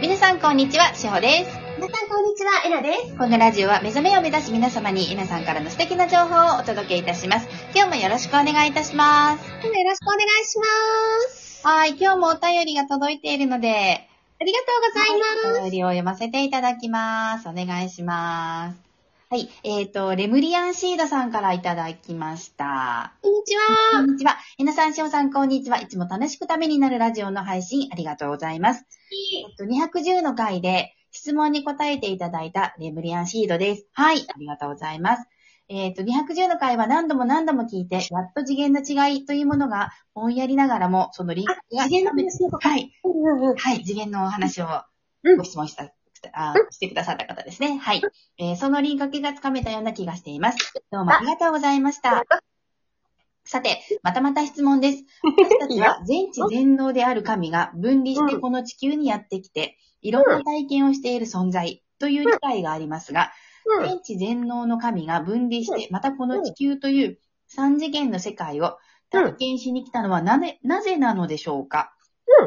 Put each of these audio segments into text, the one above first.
皆さんこんにちは、しほです。皆さん、こんにちは。エナです。このラジオは目覚めを目指す皆様に皆さんからの素敵な情報をお届けいたします。今日もよろしくお願いいたします。今日もよろしくお願いします。はい、今日もお便りが届いているので、ありがとうございおます。便りを読ませていただきます。お願いします。はい、えっ、と、レムリアンシードさんからいただきました。こんにちこは。んにちは。えなさん、しおさん、こんにちは。いつも楽しくためになるラジオの配信ありがとうございます。えっと、210の回で質問に答えていただいたレブリアンシードです。はい、ありがとうございます。えっと、210の回は何度も何度も聞いて、やっと次元の違いというものがぼんやりながらも、そのリンクが、次元の話のことはい、うんうんうん。はい、次元のお話をうんご質問した、あしてくださった方ですね。はい。えーその輪郭がつかめたような気がしています。どうもありがとうございました。さて、またまた質問です。私たちは全知全能である神が分離してこの地球にやってきて、いろんな体験をしている存在という理解がありますが、うん全知全能の神が分離して、またこの地球という三次元の世界を体験しに来たのはなぜ、なぜなのでしょうか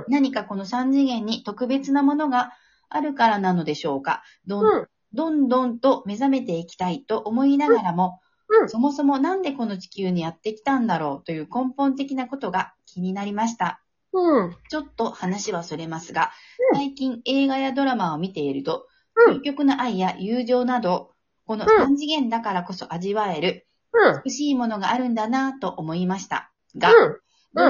うん何かこの三次元に特別なものがあるからなのでしょうかどん、うんどんどんと目覚めていきたいと思いながらも、うんそもそもなんでこの地球にやってきたんだろうという根本的なことが気になりました。うん。ちょっと話はそれますが、うん最近映画やドラマを見ていると、うん究極の愛や友情など、このうん三次元だからこそ味わえるうん。美しいものがあるんだなぁと思いました。が、うん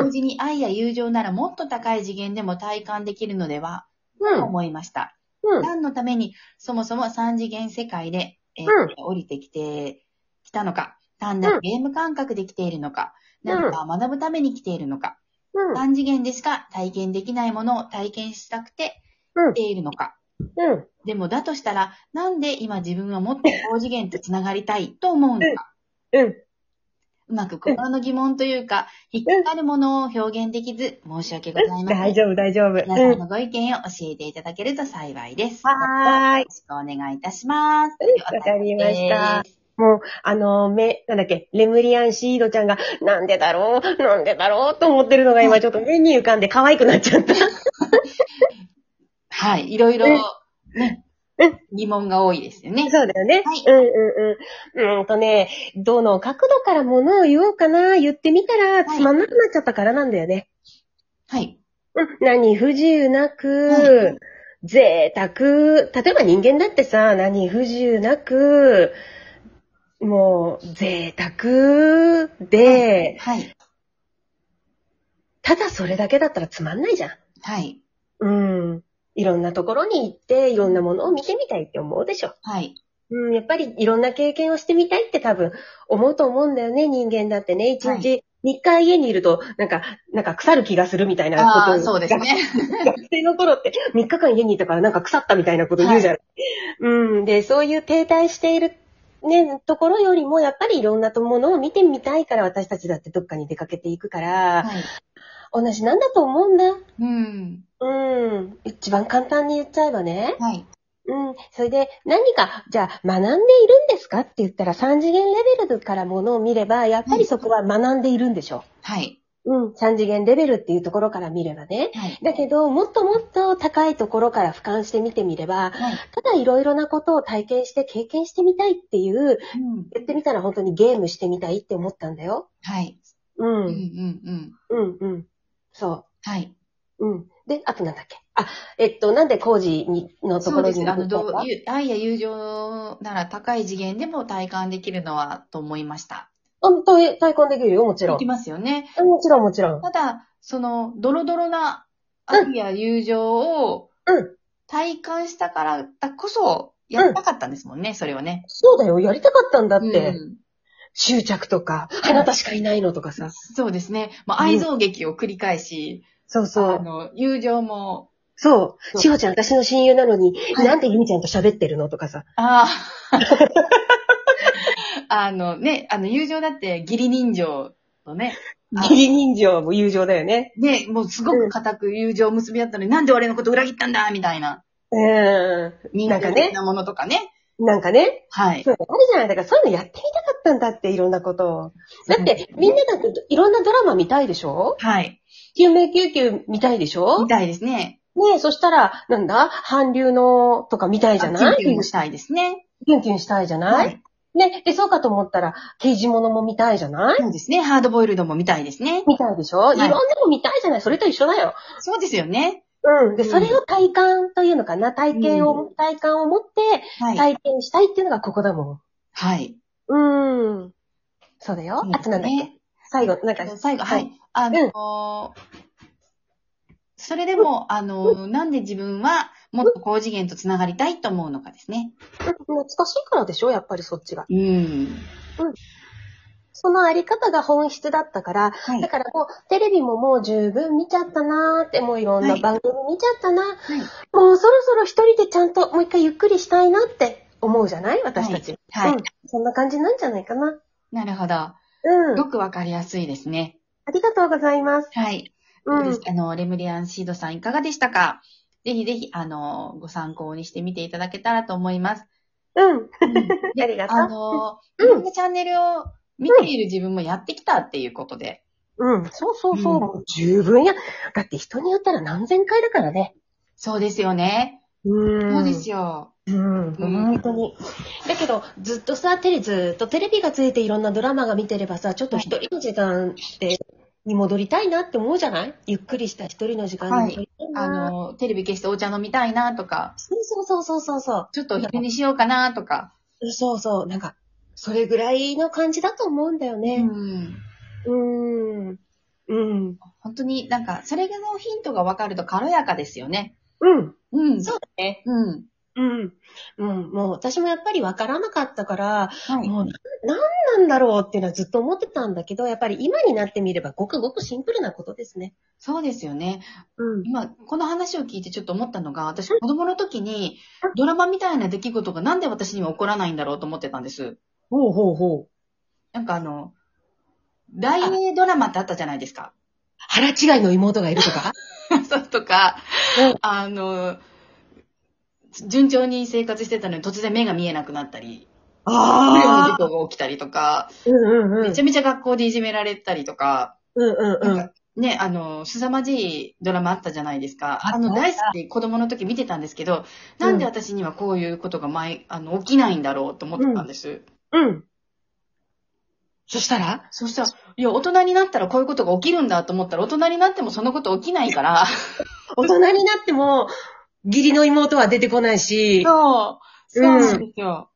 同時に愛や友情ならもっと高い次元でも体感できるのでは、うとん。思いました。うん。何のためにそもそも三次元世界で、えーう降りてきてきたのか、単なうるんゲーム感覚で来ているのか、うん何かを学ぶために来ているのか、うん。三次元でしか体験できないものを体験したくてうん来ているのか。うん。でもだとしたら、なんで今自分はもっと高次元と繋がりたいと思うのか。うん。うまく心の疑問というか、引っかかるものを表現できず、申し訳ございませ大ん。丈夫、大丈夫。皆さうんん。のご意見を教えていただけると幸いです。よはーい。ろしくお願いいたします。わかりました。もう、あの、目、なんだっけ、レムリアンシードちゃんが、なんでだろう、なんでだろうと思ってるのが今ちょっと目に浮かんで可愛くなっちゃった。はい、いろいろ、ねうん、疑問が多いですよね。そうだよね。はいうんうんうん。うーんとね、どの角度からものを言おうかな、言ってみたらつまんなくなっちゃったからなんだよね。はい。うん、何不自由なはく、贅沢。例えば人間だってさ、何不自由なく、もう、贅沢で、はい。ただそれだけだったらつまんないじゃん。はい。うん。いろんなところに行って、いろんなものを見てみたいって思うでしょ。はい。うん、やっぱりいろんな経験をしてみたいって多分思うと思うんだよね、人間だってね。一はい日3日家にいると、なんか、なんか腐る気がするみたいなことあをあ、そうですね。学生の頃って3日間家にいたからなんか腐ったみたいなこと言うじゃん。うん。で、そういう停滞しているね、ところよりも、やっぱりいろんなものを見てみたいから、私たちだってどっかに出かけていくかはら、い。同じなんだと思うんだ。うん。うん。一番簡単に言っちゃえばね。はい。うん。それで、何か、じゃあ、学んでいるんですかって言ったら、3次元レベルからものを見れば、やっぱりそこは学んでいるんでしょ。はい。うん。3次元レベルっていうところから見ればね。はい。だけど、もっともっと高いところから俯瞰して見てみれはば、い。ただいろいろなことを体験して経験してみたいっていう、うん。言ってみたら本当にゲームしてみたいって思ったんだよ。はい。う。うんんううんん、うん。うん。そはい。う。うん。で、あとなんだっけ。あ、えっと、なんで工事に、のとそこうろですにね。あ行の、ったどかうゆ愛や友情なら高い次元でも体感できるのはと思いました。うん、体体感できるよ、もちでろんき。ますよね。うんもちろん、もちろん。ただ、その、ドロドロなう愛や友情をうん体感したからだこそ、やりたかったんですもんね、それをね。そうだよ、やりたかったんだって。うん執着とか、あなたしかいないのとかさ。そうですね。まあ、愛憎劇を繰り返し、そうそあう。の、友情も、そう。そうしほちゃん、私の親友なのに、はいなんでゆみちゃんと喋ってるのとかさ。ああ。 あのね、あの、友情だって義理人情のね、あ義理人情も友情だよね。ね、もうすごく固く友情を結び合ったのに、なんで俺のこと裏切ったんだみたいな、うん。人なん間かね的なものとかね。なんかね、はい。そう、あるじゃない。だからそういうのやってみたかったんだって、いろんなことを。だって、みんなだっていろんなドラマ見たいでしょはい。救命救急見たいでしょみたいですね。ねそしたら、なんだ韓流のとか見たいじゃないキュンキュンしたいですね。キュンキュンしたいじゃない、はい。ね、で、そうかと思ったら、刑事物も見たいじゃないそうですね。ハードボイルドも見たいですね。見たいでしょ、いい、ろんなの見たいじゃないそれと一緒だよ。そうですよね。うん。で、うんそれを体感というのかな体験を、う体感を持ってはい。体験したいっていうのがここだもはい。ん。うん。そうだよ。あとなんだっけね最後、なんか、最後、はい。あのーそれでも、あのーなんで自分はもっと高次元と繋がりたいと思うのかですね。懐かしいからでしょやっぱりそっちが。うん。そのあり方が本質だったから、はいだ。からもう、テレビももう十分見ちゃったなーって、もういろんなはい番組見ちゃったな、いもうそろそろ一人でちゃんともう一回ゆっくりしたいなって思うじゃない私たち。はい。うん。そんな感じなんじゃないかな。なるほど。すうんご。くわかりやすいですね。ありがとうございます。はい。うん。あの、レムリアンシードさんいかがでしたかぜひぜひ、あの、ご参考にしてみていただけたらと思います。うん。で ありがとうあの、うんいろんなチャンネルを見ている自分もやってきたっていうことで。うん。そうそうそう。うんもう十分や。だって人によったら何千回だからね。そうですよね。うんそうですよ。うん、本当に。だけど、ずっとさ、テレ、ずっとテレビがついていろんなドラマが見てればさ、ちょっと一人の時間って、に戻りたいなって思うじゃないゆっくりした一人の時間に戻りたいな。あの、テレビ消してお茶飲みたいなとか、そうそうそうそうそう。ちょっとお昼にしようかなとか。そうそう。なんか、それぐらいの感じだと思うんだうよね。ん。うん。うん。本当になんか、それのヒントがわかると軽やかですよね。うん。うん。そうだね。うん。うん。うん。もう私もやっぱりわからなかったから、はい。もう、な、なんなんだろうっていうのはずっと思ってたんだけど、やっぱり今になってみればごくごくシンプルなことですね。そうですよね。うん。今、この話を聞いてちょっと思ったのが、私、子供の時に、ドラマみたいな出来事がなんで私には起こらないんだろうと思ってたんです。ほうほうほう。なんかあの、大映ドラマってあったじゃないですか。 腹違いの妹がいるとかそうとかうん、あの、順調に生活してたのに突然目が見えなくなったり、不慮の ああ。事故が起きたりとか、うんうんうん。めちゃめちゃ学校でいじめられたりとか、うんうんうなんん。かね、あの、凄まじいドラマあったじゃないですか。ああの、そうだ大好きで子供の時見てたんですけど、なんで私にはこういうことが前、あの、起きないんだろうと思ってたんです。うん。そしたらそしたら、いや、大人になったらこういうことが起きるんだと思ったら、大人になっても そのこと起きないから、大人になっても、義理の妹は出てこないし、そう、そうなんですよ。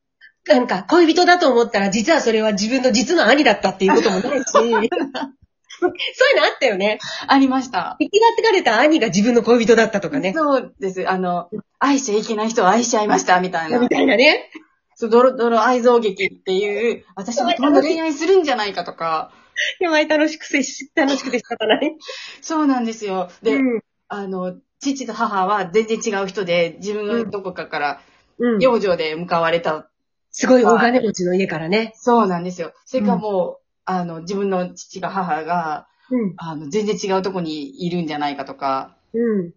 なんか恋人だと思ったら実はそれは自分の実の兄だったっていうこともない し、そういうのあったよね。ありました。引きがかれた兄が自分の恋人だったとかね。そうです。あの、愛しちゃいけない人を愛しちゃいました、みたいなみ。たいなね。そう、ドロドロ愛憎劇っていう、私もこんな恋愛するんじゃないかとか、やばい、楽しくてし、楽しくて仕方ない。そうなんですよ。で、うん。あの、父と母は全然違う人で、自分のどこかから、うん養女で向かわれた。すごい大金持ちの家からね。そうなんですよ。それからもう、あの、自分の父が母が、うん。あの、全然違うとこにいるんじゃないかとか、うん。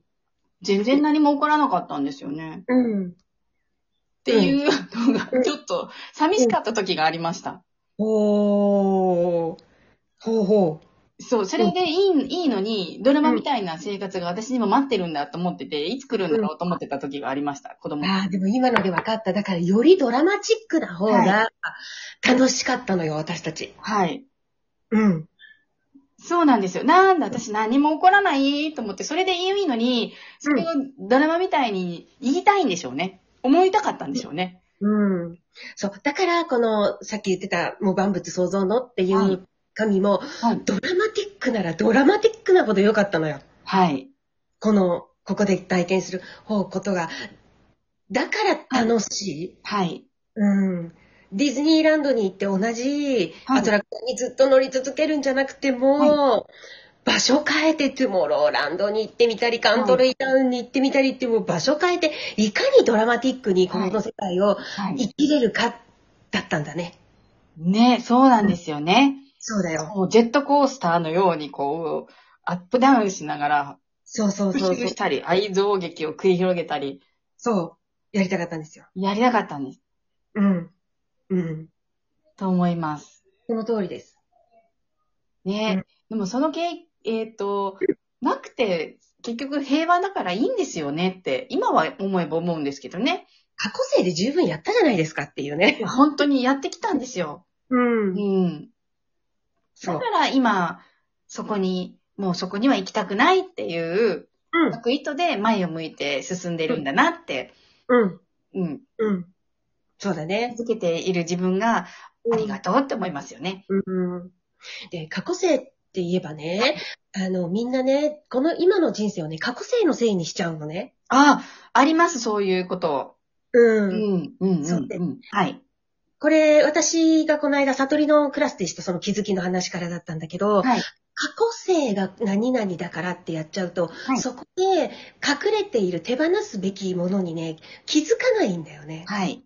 全然何も起こらなかったんですよね。うん。っていうのがう、んちょっと、寂しかった時がありました。ほー。ほうほそう、それでいい、いいのに、ドラマみたいな生活が私にも待ってるんだと思ってて、いつ来るんだろうと思ってた時がありました、子供。ああ、でも今ので分かった。だから、よりドラマチックな方が楽しかったのよ、私たち。はい。うん。そうなんですよ。なんだ、私何も起こらないと思って、それでいいのに、それをドラマみたいに言いたいんでしょうね。思いたかったんでしょうね。うん。そう。だから、この、さっき言ってた、もう万物創造のっていはいう神も、はい。ドラマティックならドラマティックなほど良かったのよ。はい。この、ここで体験する方ことが。だから楽しい。はい。うん。ディズニーランドに行って同じはいアトラクションにずっと乗り続けるんじゃなくても、場所変えてトゥモローランドに行ってみたり、カントリータウンに行ってみたりってもう場所変えて、いかにドラマティックにこの世界はをい。生きれるかだったんだね。ね、そうなんですよね。そうだよ。もうジェットコースターのように、こう、アップダウンしながら、そうそう復そう讐そうし。たり、愛憎劇を繰り広げたり、そう。やりたかったんですよ。やりたかったんです。うん。うん。と思います。その通りです。ね。でもその経、えっ、と、なくて結局平和だからいいんですよねって、今は思えば思うんですけどね。過去生で十分やったじゃないですかっていうね。本当にやってきたんですよ。う。うんん。そだうか。ら今、そこに、もうそこには行きたくないっていう、うん。悪意図で前を向いて進んでるんだなって、うん。うん、うん。そうだね。続けている自分がありがとうって思いますよね。うん。で、過去性って言えばね、あの、みんなね、この今の人生をね、過去性のせいにしちゃうのね。ああ、あります、そういうこと。うう。ん、うん、うそうんでうん。はい。これ、私がこの間、悟りのクラスでしたその気づきの話からだったんだけど、はい。過去性が何々だからってやっちゃうと、はいそこで隠れている手放すべきものにね、気づかないんだよね。はい。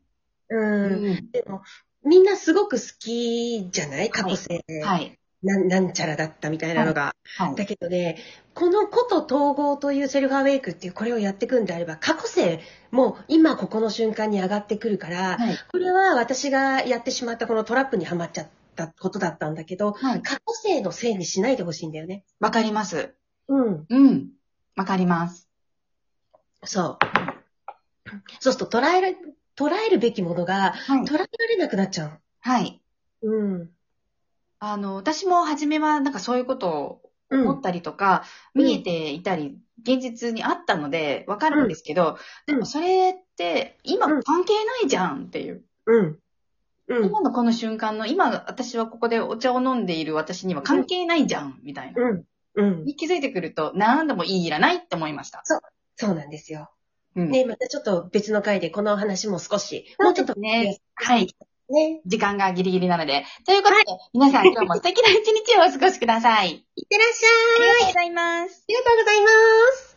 ううん。んでも、みんなすごく好きじゃない過去性、はい。なん。なんちゃらだったみたいなのが。はい。だけどね、このこと統合というセルフアウェイクっていうこれをやっていくんであれば、過去性も今ここの瞬間に上がってくるから、はい。これは私がやってしまったこのトラップにはまっちゃったことだったんだけど、はい。過去性のせいにしないでほしいんだよね。わかります。うん。うん。わかります。そう。そうすると捉える、捉えるべきものがはい。捉えられなくなっちゃはい。う。うん。あの、私も初めはなんかそういうことをう思っん。たりとか、うん見えていたり、現実にあったので、わかるんですけど、うんでもそれって、今うん関係ないじゃんっていう。うん。うん。今のこの瞬間の、今私はここでお茶を飲んでいる私には関係ないじゃん、みたいな。うん。うん。に気づいてくると、何度も言いいらないって思いました。そうなんですよ。うん。ね、またちょっと別の回でこの話も少し、ももううちちょっょっととね、はい。ね。時間がギリギリなので。ということで、皆さん今日も素敵な一日をお過ごしください。いってらっしゃい。ありがとうございます。ありがとうございます。